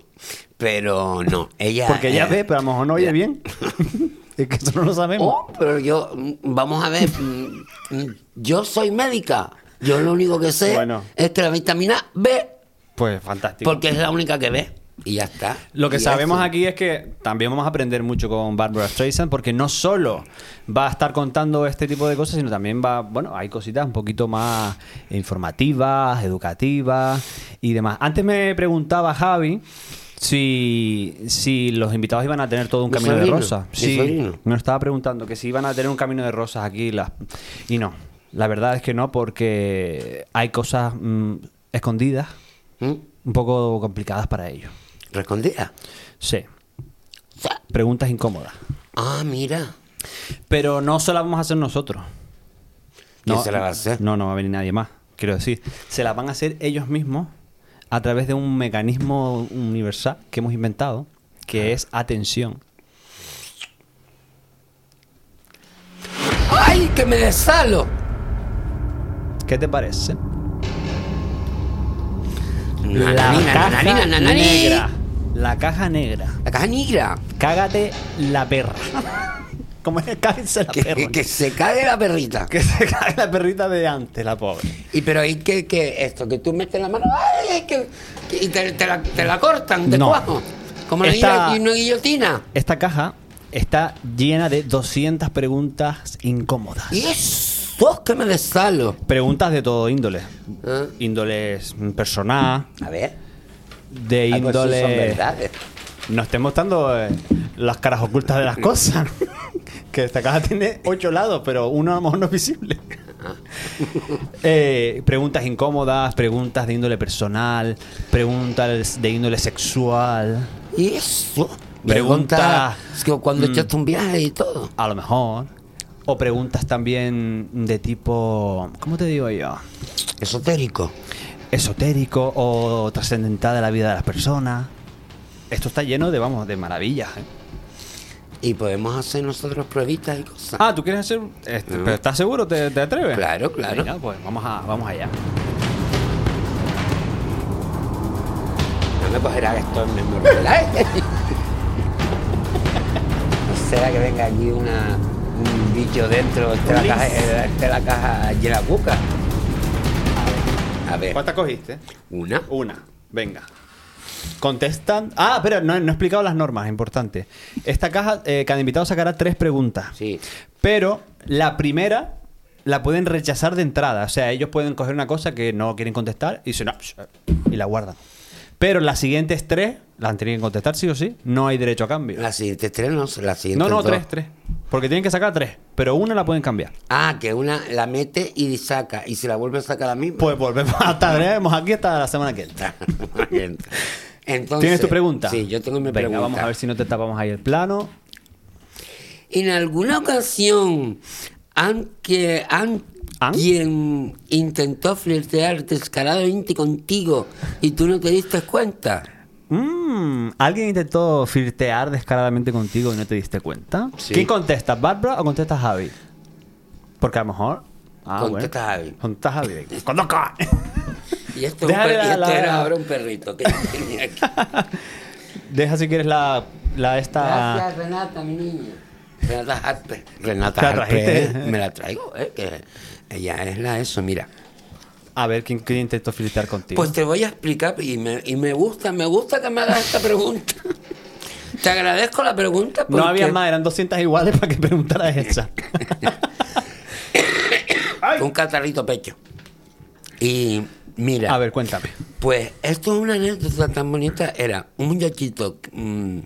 Speaker 3: Pero no, ella.
Speaker 2: Porque ella
Speaker 3: eh,
Speaker 2: ve, pero a lo mejor no oye bien. es que eso no lo sabemos.
Speaker 3: Oh, pero yo, mm, vamos a ver, mm, mm, yo soy médica. Yo lo único que sé
Speaker 2: Bueno.
Speaker 3: es que la vitamina B,
Speaker 2: Pues fantástico.
Speaker 3: porque es la única que ve. Y ya está.
Speaker 2: Lo que
Speaker 3: Y
Speaker 2: sabemos
Speaker 3: eso.
Speaker 2: aquí es que también vamos a aprender mucho con Barbara Streisand porque no solo va a estar contando este tipo de cosas, sino también va, bueno, hay cositas un poquito más informativas, educativas y demás. Antes me preguntaba Javi si, si los invitados iban a tener todo un
Speaker 3: Mi
Speaker 2: camino de
Speaker 3: sobrino,
Speaker 2: rosas.
Speaker 3: mi
Speaker 2: Sí,
Speaker 3: sobrino.
Speaker 2: me estaba preguntando que si iban a tener un camino de rosas aquí las y no. La verdad es que no porque hay cosas mm, escondidas
Speaker 3: ¿Mm?
Speaker 2: un poco complicadas para ellos.
Speaker 3: Respondía.
Speaker 2: Sí. Preguntas incómodas.
Speaker 3: Ah, mira.
Speaker 2: Pero no se las vamos a hacer nosotros.
Speaker 3: ¿Quién se la va a hacer?
Speaker 2: No, no va a venir nadie más. Quiero decir, se las van a hacer ellos mismos a través de un mecanismo universal que hemos inventado, que es atención.
Speaker 3: ¡Ay, que me desalo!
Speaker 2: ¿Qué te parece?
Speaker 3: Nananina, nananina, nananina.
Speaker 2: negra. La caja negra.
Speaker 3: La caja negra.
Speaker 2: Cágate la perra. ¿Cómo es? Cáguense la perra.
Speaker 3: Que, que se cague la perrita.
Speaker 2: que se cae la perrita de antes, la pobre.
Speaker 3: Y pero ahí que, que esto, que tú metes la mano ¡ay! Que, que- y te, te la, te la cortan de
Speaker 2: No.
Speaker 3: cuajo. Como la
Speaker 2: Esta-
Speaker 3: guillo- y una guillotina.
Speaker 2: Esta caja está llena de 200 preguntas incómodas.
Speaker 3: Y eso que me desalo.
Speaker 2: Preguntas de todo índole.
Speaker 3: Ah.
Speaker 2: Índoles personal,
Speaker 3: A ver.
Speaker 2: de
Speaker 3: ah, pues sí Son
Speaker 2: índole...
Speaker 3: verdades.
Speaker 2: Nos estén mostrando eh, las caras ocultas de las cosas. que esta caja tiene ocho lados, pero uno a lo mejor no es visible. Eh, preguntas incómodas, preguntas de índole personal, preguntas de índole sexual.
Speaker 3: Y eso.
Speaker 2: Pregunta-
Speaker 3: Es que cuando
Speaker 2: Mm.
Speaker 3: echaste un viaje y todo.
Speaker 2: A lo mejor. O preguntas también de tipo, ¿cómo te digo yo?
Speaker 3: Esotérico.
Speaker 2: Esotérico o trascendental de la vida de las personas. Esto está lleno de, vamos, de maravillas. ¿eh?
Speaker 3: Y podemos hacer nosotros pruebitas y cosas.
Speaker 2: Ah, ¿tú quieres hacer...? este,
Speaker 3: No.
Speaker 2: ¿Pero estás seguro? ¿Te, te atreves?
Speaker 3: Claro, claro.
Speaker 2: Venga, pues vamos, a, vamos allá.
Speaker 3: No me cogerá esto en memoria, ¿verdad? No será que venga aquí una, un bicho dentro de la caja, eh, de la caja llena de cuca. A ver,
Speaker 2: ¿Cuántas cogiste?
Speaker 3: una.
Speaker 2: Una. Venga. Contestan... Ah, pero no, no he explicado las normas, importante. Esta caja, eh, cada invitado sacará tres preguntas.
Speaker 3: Sí.
Speaker 2: Pero la primera la pueden rechazar de entrada. O sea, ellos pueden coger una cosa que no quieren contestar y dicen, "No", y la guardan. Pero las siguientes tres las han tenido que contestar sí o sí. No hay derecho a cambio.
Speaker 3: La siguiente tres no, la siguiente
Speaker 2: No, no,
Speaker 3: dos.
Speaker 2: tres, tres. Porque tienen que sacar tres, pero una la pueden cambiar.
Speaker 3: Ah, que una la mete y saca. Y si la vuelve a sacar a mí, pues.
Speaker 2: Pues volvemos, estaremos aquí hasta la semana que entra.
Speaker 3: Entonces,
Speaker 2: ¿Tienes tu pregunta?
Speaker 3: Sí, yo tengo mi
Speaker 2: Venga,
Speaker 3: pregunta.
Speaker 2: vamos a ver si no te tapamos ahí el plano.
Speaker 3: En alguna ocasión, aunque an-
Speaker 2: ¿An?
Speaker 3: quien intentó flirtear descaradamente contigo y tú no te diste cuenta.
Speaker 2: Mm, ¿Alguien intentó flirtear descaradamente contigo y no te diste cuenta?
Speaker 3: Sí.
Speaker 2: ¿Quién contesta, Barbara o contesta Javi? Porque a lo mejor... Ah,
Speaker 3: Contesta
Speaker 2: bueno.
Speaker 3: Javi.
Speaker 2: Contesta Javi. ¡Conozca!
Speaker 3: Y esto, es un
Speaker 2: Déjale
Speaker 3: per- y
Speaker 2: la-
Speaker 3: esto
Speaker 2: la-
Speaker 3: era
Speaker 2: la-
Speaker 3: ahora un perrito que tenía aquí.
Speaker 2: Deja si quieres la, la esta...
Speaker 3: Gracias, Renata, mi niña. Renata Harper.
Speaker 2: ¿Te
Speaker 3: Renata
Speaker 2: la
Speaker 3: Harper,
Speaker 2: trajiste?
Speaker 3: eh, me la traigo, eh, que ella es la eso, mira.
Speaker 2: A ver, ¿quién, quién intentó flirtear contigo?
Speaker 3: Pues te voy a explicar y me, y me gusta, me gusta que me hagas esta pregunta. Te agradezco la pregunta porque...
Speaker 2: no había más, eran 200 iguales para que preguntaras esa.
Speaker 3: Un catarrito pecho. Y mira,
Speaker 2: a ver, cuéntame.
Speaker 3: pues esto es una anécdota tan bonita. Era un muchachito, mm,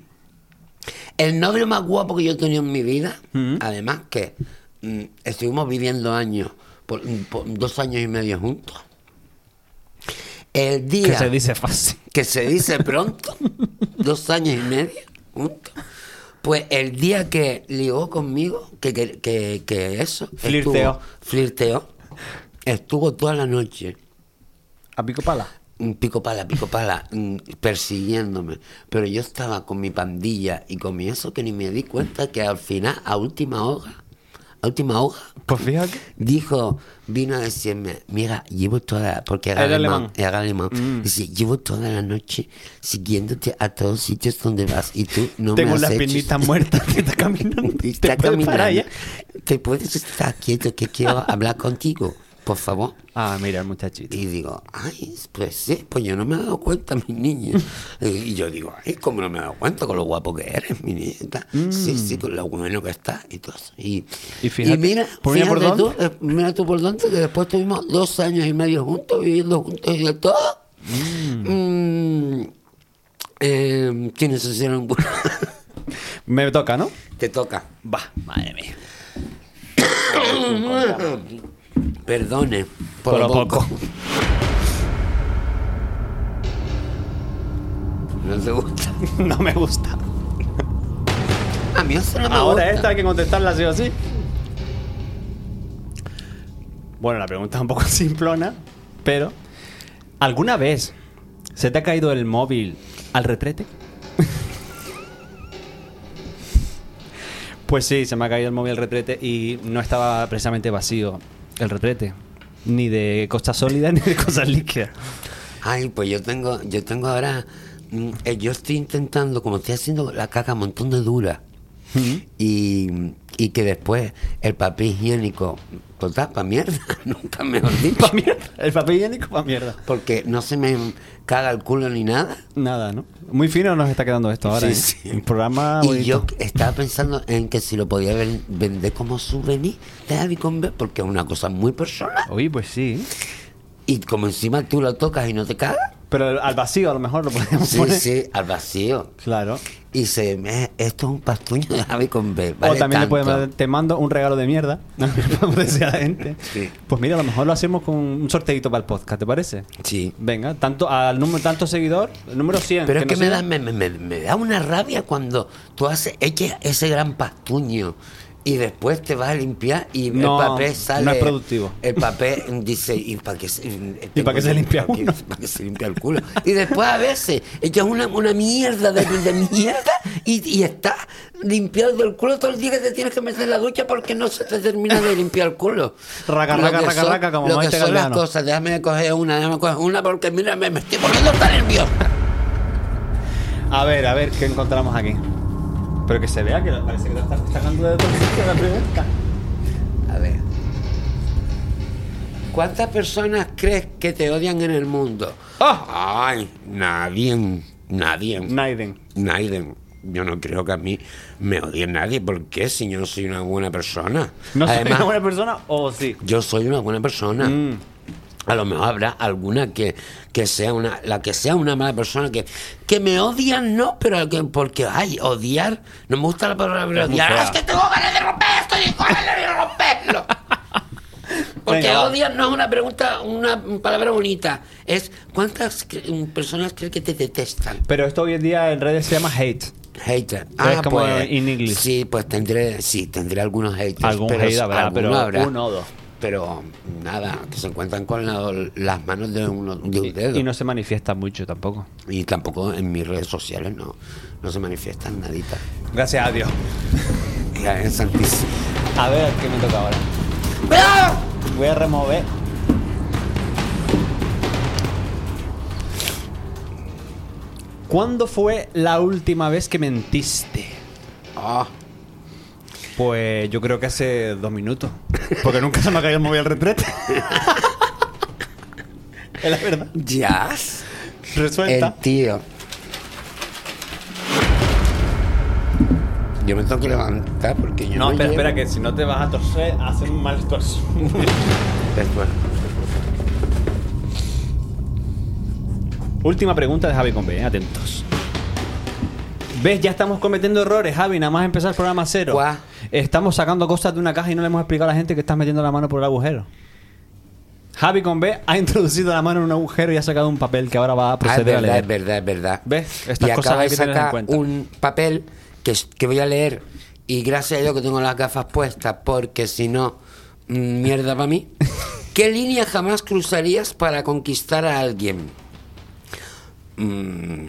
Speaker 3: el novio más guapo que yo he tenido en mi vida. Además que mm, estuvimos viviendo años, por- mm, por dos años y medio juntos. El día
Speaker 2: Que se dice fácil.
Speaker 3: que se dice pronto, dos años y medio, juntos. Pues el día que ligó conmigo, que, que, que, que eso.
Speaker 2: Flirteó.
Speaker 3: Estuvo, flirteó. Estuvo toda la noche,
Speaker 2: A pico pala.
Speaker 3: mm, pico pala, pico pala, mm, persiguiéndome. Pero yo estaba con mi pandilla y con mi eso que ni me di cuenta que al final, a última hora, a última hora,
Speaker 2: Pues fíjate.
Speaker 3: Dijo, vino a decirme, mira, llevo toda la... Porque era,
Speaker 2: Era
Speaker 3: alemán,
Speaker 2: alemán. Mm.
Speaker 3: Era alemán. Dice, llevo toda la noche siguiéndote a todos sitios donde vas y tú no
Speaker 2: Tengo
Speaker 3: me has
Speaker 2: las
Speaker 3: hecho-
Speaker 2: piernitas muertas que está caminando.
Speaker 3: Y Está
Speaker 2: ¿Te puedes parar
Speaker 3: caminando.
Speaker 2: ya?
Speaker 3: Te puedes estar quieto que quiero hablar contigo, por favor.
Speaker 2: Ah, mira, el muchachito.
Speaker 3: Y digo, ay, pues sí, pues yo no me he dado cuenta, mi niña. Y yo digo, ay, ¿cómo no me he dado cuenta con lo guapo que eres, mi nieta? Sí, sí, con lo bueno que estás y todo eso. Y,
Speaker 2: Mm. Y fíjate,
Speaker 3: mira,
Speaker 2: ¿por mira por
Speaker 3: fíjate tú, eh, mira tú por dónde, que después tuvimos dos años y medio juntos, viviendo juntos y de todo. Mm, eh, tienes que hacer un... bu-
Speaker 2: Me toca, ¿no?
Speaker 3: Te toca.
Speaker 2: Va, madre mía.
Speaker 3: Perdone por,
Speaker 2: Por
Speaker 3: lo
Speaker 2: lo poco.
Speaker 3: poco. No te gusta.
Speaker 2: No me gusta.
Speaker 3: A mí eso no me
Speaker 2: Ahora
Speaker 3: gusta.
Speaker 2: esta hay que contestarla sí o sí. Bueno, la pregunta es un poco simplona, pero ¿alguna vez se te ha caído el móvil al retrete? pues sí, se me ha caído el móvil al retrete y no estaba precisamente vacío el retrete, ni de cosas sólidas ni de cosas líquidas.
Speaker 3: Ay, pues yo tengo, yo tengo ahora, mm, eh, yo estoy intentando, como estoy haciendo la caca un montón de dura, y, y que después el papel higiénico, pues tapa mierda, nunca mejor dicho,
Speaker 2: Pa' mierda, el papel higiénico para mierda.
Speaker 3: porque no se me caga el culo ni nada.
Speaker 2: Nada, ¿no? Muy fino nos está quedando esto ahora.
Speaker 3: Sí,
Speaker 2: ¿eh?
Speaker 3: sí.
Speaker 2: Un programa
Speaker 3: Y
Speaker 2: bonito.
Speaker 3: yo estaba pensando en que si lo podía ven- vender como souvenir de Javi Conver, porque es una cosa muy personal.
Speaker 2: Oye, pues sí.
Speaker 3: Y como encima tú lo tocas y no te cagas.
Speaker 2: Pero al vacío a lo mejor lo podemos
Speaker 3: Sí,
Speaker 2: poner.
Speaker 3: sí, al vacío.
Speaker 2: Claro.
Speaker 3: Y se me, esto es un pastuño de Javi Conver.
Speaker 2: o
Speaker 3: vale
Speaker 2: también le
Speaker 3: tanto.
Speaker 2: podemos, te mando un regalo de mierda. Podemos decir a la gente.
Speaker 3: Sí.
Speaker 2: Pues mira, a lo mejor lo hacemos con un sorteito para el podcast, ¿te parece?
Speaker 3: Sí.
Speaker 2: Venga, tanto al número tanto seguidor, el número 100.
Speaker 3: Pero es que
Speaker 2: no
Speaker 3: me
Speaker 2: sea-
Speaker 3: da, me, me- me- me da una rabia cuando tú haces eches ese gran pastuño y después te vas a limpiar y
Speaker 2: No,
Speaker 3: el papel sale.
Speaker 2: no es productivo.
Speaker 3: El papel dice, ¿y eh, para qué, se-
Speaker 2: para qué se limpia
Speaker 3: para qué-
Speaker 2: uno?
Speaker 3: para qué se limpia el culo? Y después a veces echas una, una mierda de, de mierda y, y estás limpiando el culo todo el día que te tienes que meter en la ducha porque no se te termina de limpiar el culo.
Speaker 2: Raca,
Speaker 3: Lo
Speaker 2: raca,
Speaker 3: que
Speaker 2: raca,
Speaker 3: son-
Speaker 2: raca, como
Speaker 3: Lo que
Speaker 2: Maite
Speaker 3: son las
Speaker 2: Galdeano.
Speaker 3: cosas, déjame coger una, déjame coger una porque mira, me, me estoy poniendo tan nervioso.
Speaker 2: A ver, a ver qué encontramos aquí. Pero que se vea que parece que lo estás sacando de todo sitio la pregunta.
Speaker 3: A ver. ¿Cuántas personas crees que te odian en el mundo?
Speaker 2: ¡Ah!
Speaker 3: Ay, nadie, nadie.
Speaker 2: Naiden.
Speaker 3: nadie. Yo no creo que a mí me odie nadie. ¿Por qué? Si yo no soy una buena persona.
Speaker 2: ¿No soy
Speaker 3: Además,
Speaker 2: una buena persona o sí?
Speaker 3: yo soy una buena persona.
Speaker 2: Mm.
Speaker 3: A lo mejor habrá alguna que, que sea una, la que sea una mala persona, que, que me odian, no, pero que, porque, ay, odiar, no me gusta la palabra pero
Speaker 2: Es muy
Speaker 3: odiar,
Speaker 2: fea.
Speaker 3: es que tengo ganas de romper esto, tengo ganas de romperlo. Porque
Speaker 2: Venga, va.
Speaker 3: odiar no es una pregunta, una palabra bonita, es cuántas cre- personas crees que te detestan.
Speaker 2: Pero esto hoy en día en redes se llama hate.
Speaker 3: Hater.
Speaker 2: Es como in English.
Speaker 3: Ah, Sí, pues tendré, sí, tendré algunos haters.
Speaker 2: Algún
Speaker 3: pero,
Speaker 2: hate habrá,
Speaker 3: alguno
Speaker 2: pero
Speaker 3: habrá.
Speaker 2: uno o dos.
Speaker 3: Pero nada, que se encuentran con la- las manos de, uno, de un dedo.
Speaker 2: Y, y no se manifiesta mucho tampoco.
Speaker 3: Y tampoco en mis redes sociales no, no se manifiestan nadita.
Speaker 2: Gracias a Dios.
Speaker 3: Ya, es santísimo. ¡Ah!
Speaker 2: A ver qué me toca ahora.
Speaker 3: ¡Cuidado!
Speaker 2: Voy a remover. ¿Cuándo fue la última vez que mentiste?
Speaker 3: Ah,
Speaker 2: Pues yo creo que hace dos minutos. Porque nunca se me ha caído el móvil al retrete. es la verdad.
Speaker 3: ya. El
Speaker 2: Resuelta.
Speaker 3: tío. Yo me tengo que levantar porque yo no.
Speaker 2: No, espera,
Speaker 3: llevo-
Speaker 2: espera, que si no te vas a torcer, haces un mal torsión.
Speaker 3: Después.
Speaker 2: Última pregunta de Javi Combe, ¿eh? atentos. ¿Ves? Ya estamos cometiendo errores, Javi, nada más empezar el programa cero.
Speaker 3: Guau.
Speaker 2: Estamos sacando cosas de una caja y no le hemos explicado a la gente que estás metiendo la mano por el agujero. Javi Combe ha introducido la mano en un agujero y ha sacado un papel que ahora va a
Speaker 3: Ah, es
Speaker 2: proceder a
Speaker 3: verdad,
Speaker 2: leer.
Speaker 3: es verdad, es verdad.
Speaker 2: ¿Ves? Estas
Speaker 3: Y
Speaker 2: cosas
Speaker 3: acabo
Speaker 2: hay
Speaker 3: de
Speaker 2: que tenerlas en
Speaker 3: sacar
Speaker 2: cuenta.
Speaker 3: un papel que, es- que voy a leer y gracias a Dios que tengo las gafas puestas porque si no, mm, mierda para mí. ¿Qué línea jamás cruzarías para conquistar a alguien? Mm.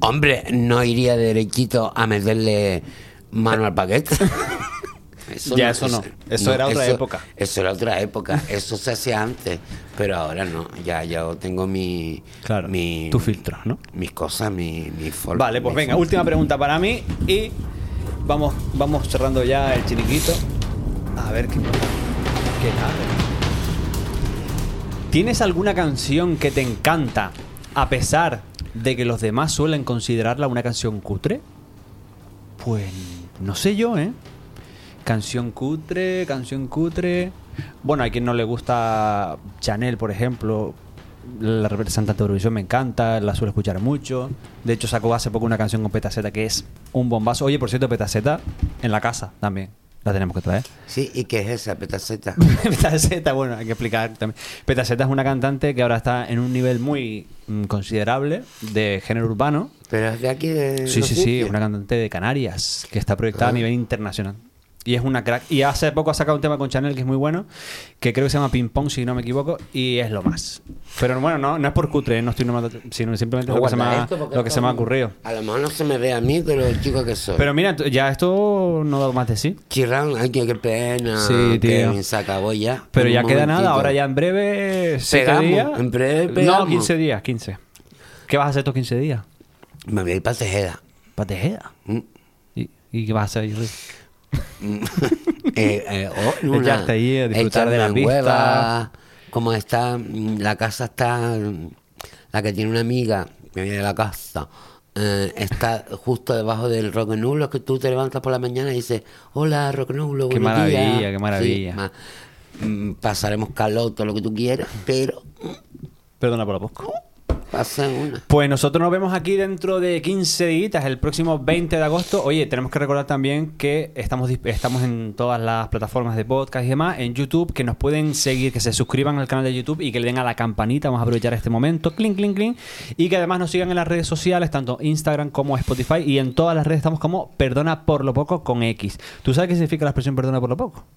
Speaker 3: Hombre, no iría derechito a meterle mano al paquete.
Speaker 2: Ya,
Speaker 3: se
Speaker 2: eso no.
Speaker 3: hace.
Speaker 2: Eso era otra época.
Speaker 3: Eso era otra época, eso se hacía antes, pero ahora no, ya yo tengo mi...
Speaker 2: Claro,
Speaker 3: mi-
Speaker 2: tu filtro, ¿no?
Speaker 3: Mis cosas, mi, mi forma.
Speaker 2: Vale, pues
Speaker 3: mi
Speaker 2: venga,
Speaker 3: forma.
Speaker 2: última pregunta para mí y vamos, vamos cerrando ya el chiniquito. A ver qué, qué tal. ¿Tienes alguna canción que te encanta a pesar de que los demás suelen considerarla una canción cutre? Pues no sé yo, ¿eh? Canción cutre, canción cutre. Bueno, a quien no le gusta Chanel, por ejemplo, la representante de Eurovisión me encanta, la suelo escuchar mucho. De hecho, sacó hace poco una canción con Petaceta que es un bombazo. Oye, por cierto, Petaceta en la casa también. La tenemos que traer.
Speaker 3: Sí, ¿y qué es esa petaceta?
Speaker 2: Petaceta, bueno, hay que explicar también. Petaceta es una cantante que ahora está en un nivel muy mm, considerable de género urbano.
Speaker 3: pero es de aquí de...
Speaker 2: Sí,
Speaker 3: los
Speaker 2: sí, sí,
Speaker 3: sitios.
Speaker 2: una cantante de Canarias que está proyectada a
Speaker 3: Ah.
Speaker 2: nivel internacional. Y es una crack. Y hace poco ha sacado un tema con Chanel que es muy bueno, que creo que se llama Ping Pong, si no me equivoco, y es lo más. Pero bueno, no, no es por cutre, eh, no estoy nombrando- sino simplemente lo que, se me,
Speaker 3: Guarda
Speaker 2: ha-
Speaker 3: esto porque
Speaker 2: lo que
Speaker 3: esto
Speaker 2: se me ha
Speaker 3: es-
Speaker 2: ocurrido.
Speaker 3: A lo mejor no se me ve a mí de lo chico que soy.
Speaker 2: Pero mira, tú- ya esto no da más de sí.
Speaker 3: Chirrán, ay, qué, qué pena.
Speaker 2: Sí, tío.
Speaker 3: Que se acabó ya.
Speaker 2: Pero
Speaker 3: Un
Speaker 2: ya queda nada,
Speaker 3: momentito.
Speaker 2: ahora ya en breve. siete
Speaker 3: Pegamos,
Speaker 2: días.
Speaker 3: en breve
Speaker 2: No,
Speaker 3: pegamos.
Speaker 2: 15 días, 15. ¿Qué vas a hacer estos 15 días?
Speaker 3: Me voy a ir para Tejeda.
Speaker 2: ¿Para Tejeda?
Speaker 3: Mm.
Speaker 2: ¿Y, y qué vas a hacer? Jordi?
Speaker 3: eh, eh, oh,
Speaker 2: Echarte
Speaker 3: una-
Speaker 2: allí a disfrutar
Speaker 3: echar
Speaker 2: de la
Speaker 3: una
Speaker 2: vista.
Speaker 3: hueva, Como está, mm, la casa está, mm, la que tiene una amiga que viene de la casa, eh, está justo debajo del rock nulo que tú te levantas por la mañana y dices, hola rock nulo,
Speaker 2: Qué
Speaker 3: buenos días".
Speaker 2: maravilla, qué maravilla.
Speaker 3: ma- mm, pasaremos calor, todo lo que tú quieras, pero
Speaker 2: Perdona por la posca.
Speaker 3: pasa una.
Speaker 2: Pues nosotros nos vemos aquí dentro de 15 días, el próximo 20 de agosto. Oye, tenemos que recordar también que estamos, disp- estamos en todas las plataformas de podcast y demás, en YouTube, que nos pueden seguir, que se suscriban al canal de YouTube y que le den a la campanita. Vamos a aprovechar este momento, clink, clink, clink. Y que además nos sigan en las redes sociales, tanto Instagram como Spotify. Y en todas las redes estamos como Perdona por lo poco con X. ¿Tú sabes qué significa la expresión Perdona por lo poco?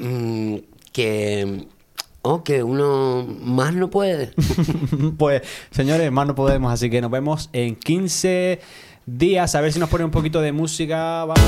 Speaker 3: Mm, que, oh, que uno más no puede.
Speaker 2: pues, señores, más no podemos, así que nos vemos en 15 días. A ver si nos pone un poquito de música. Vamos.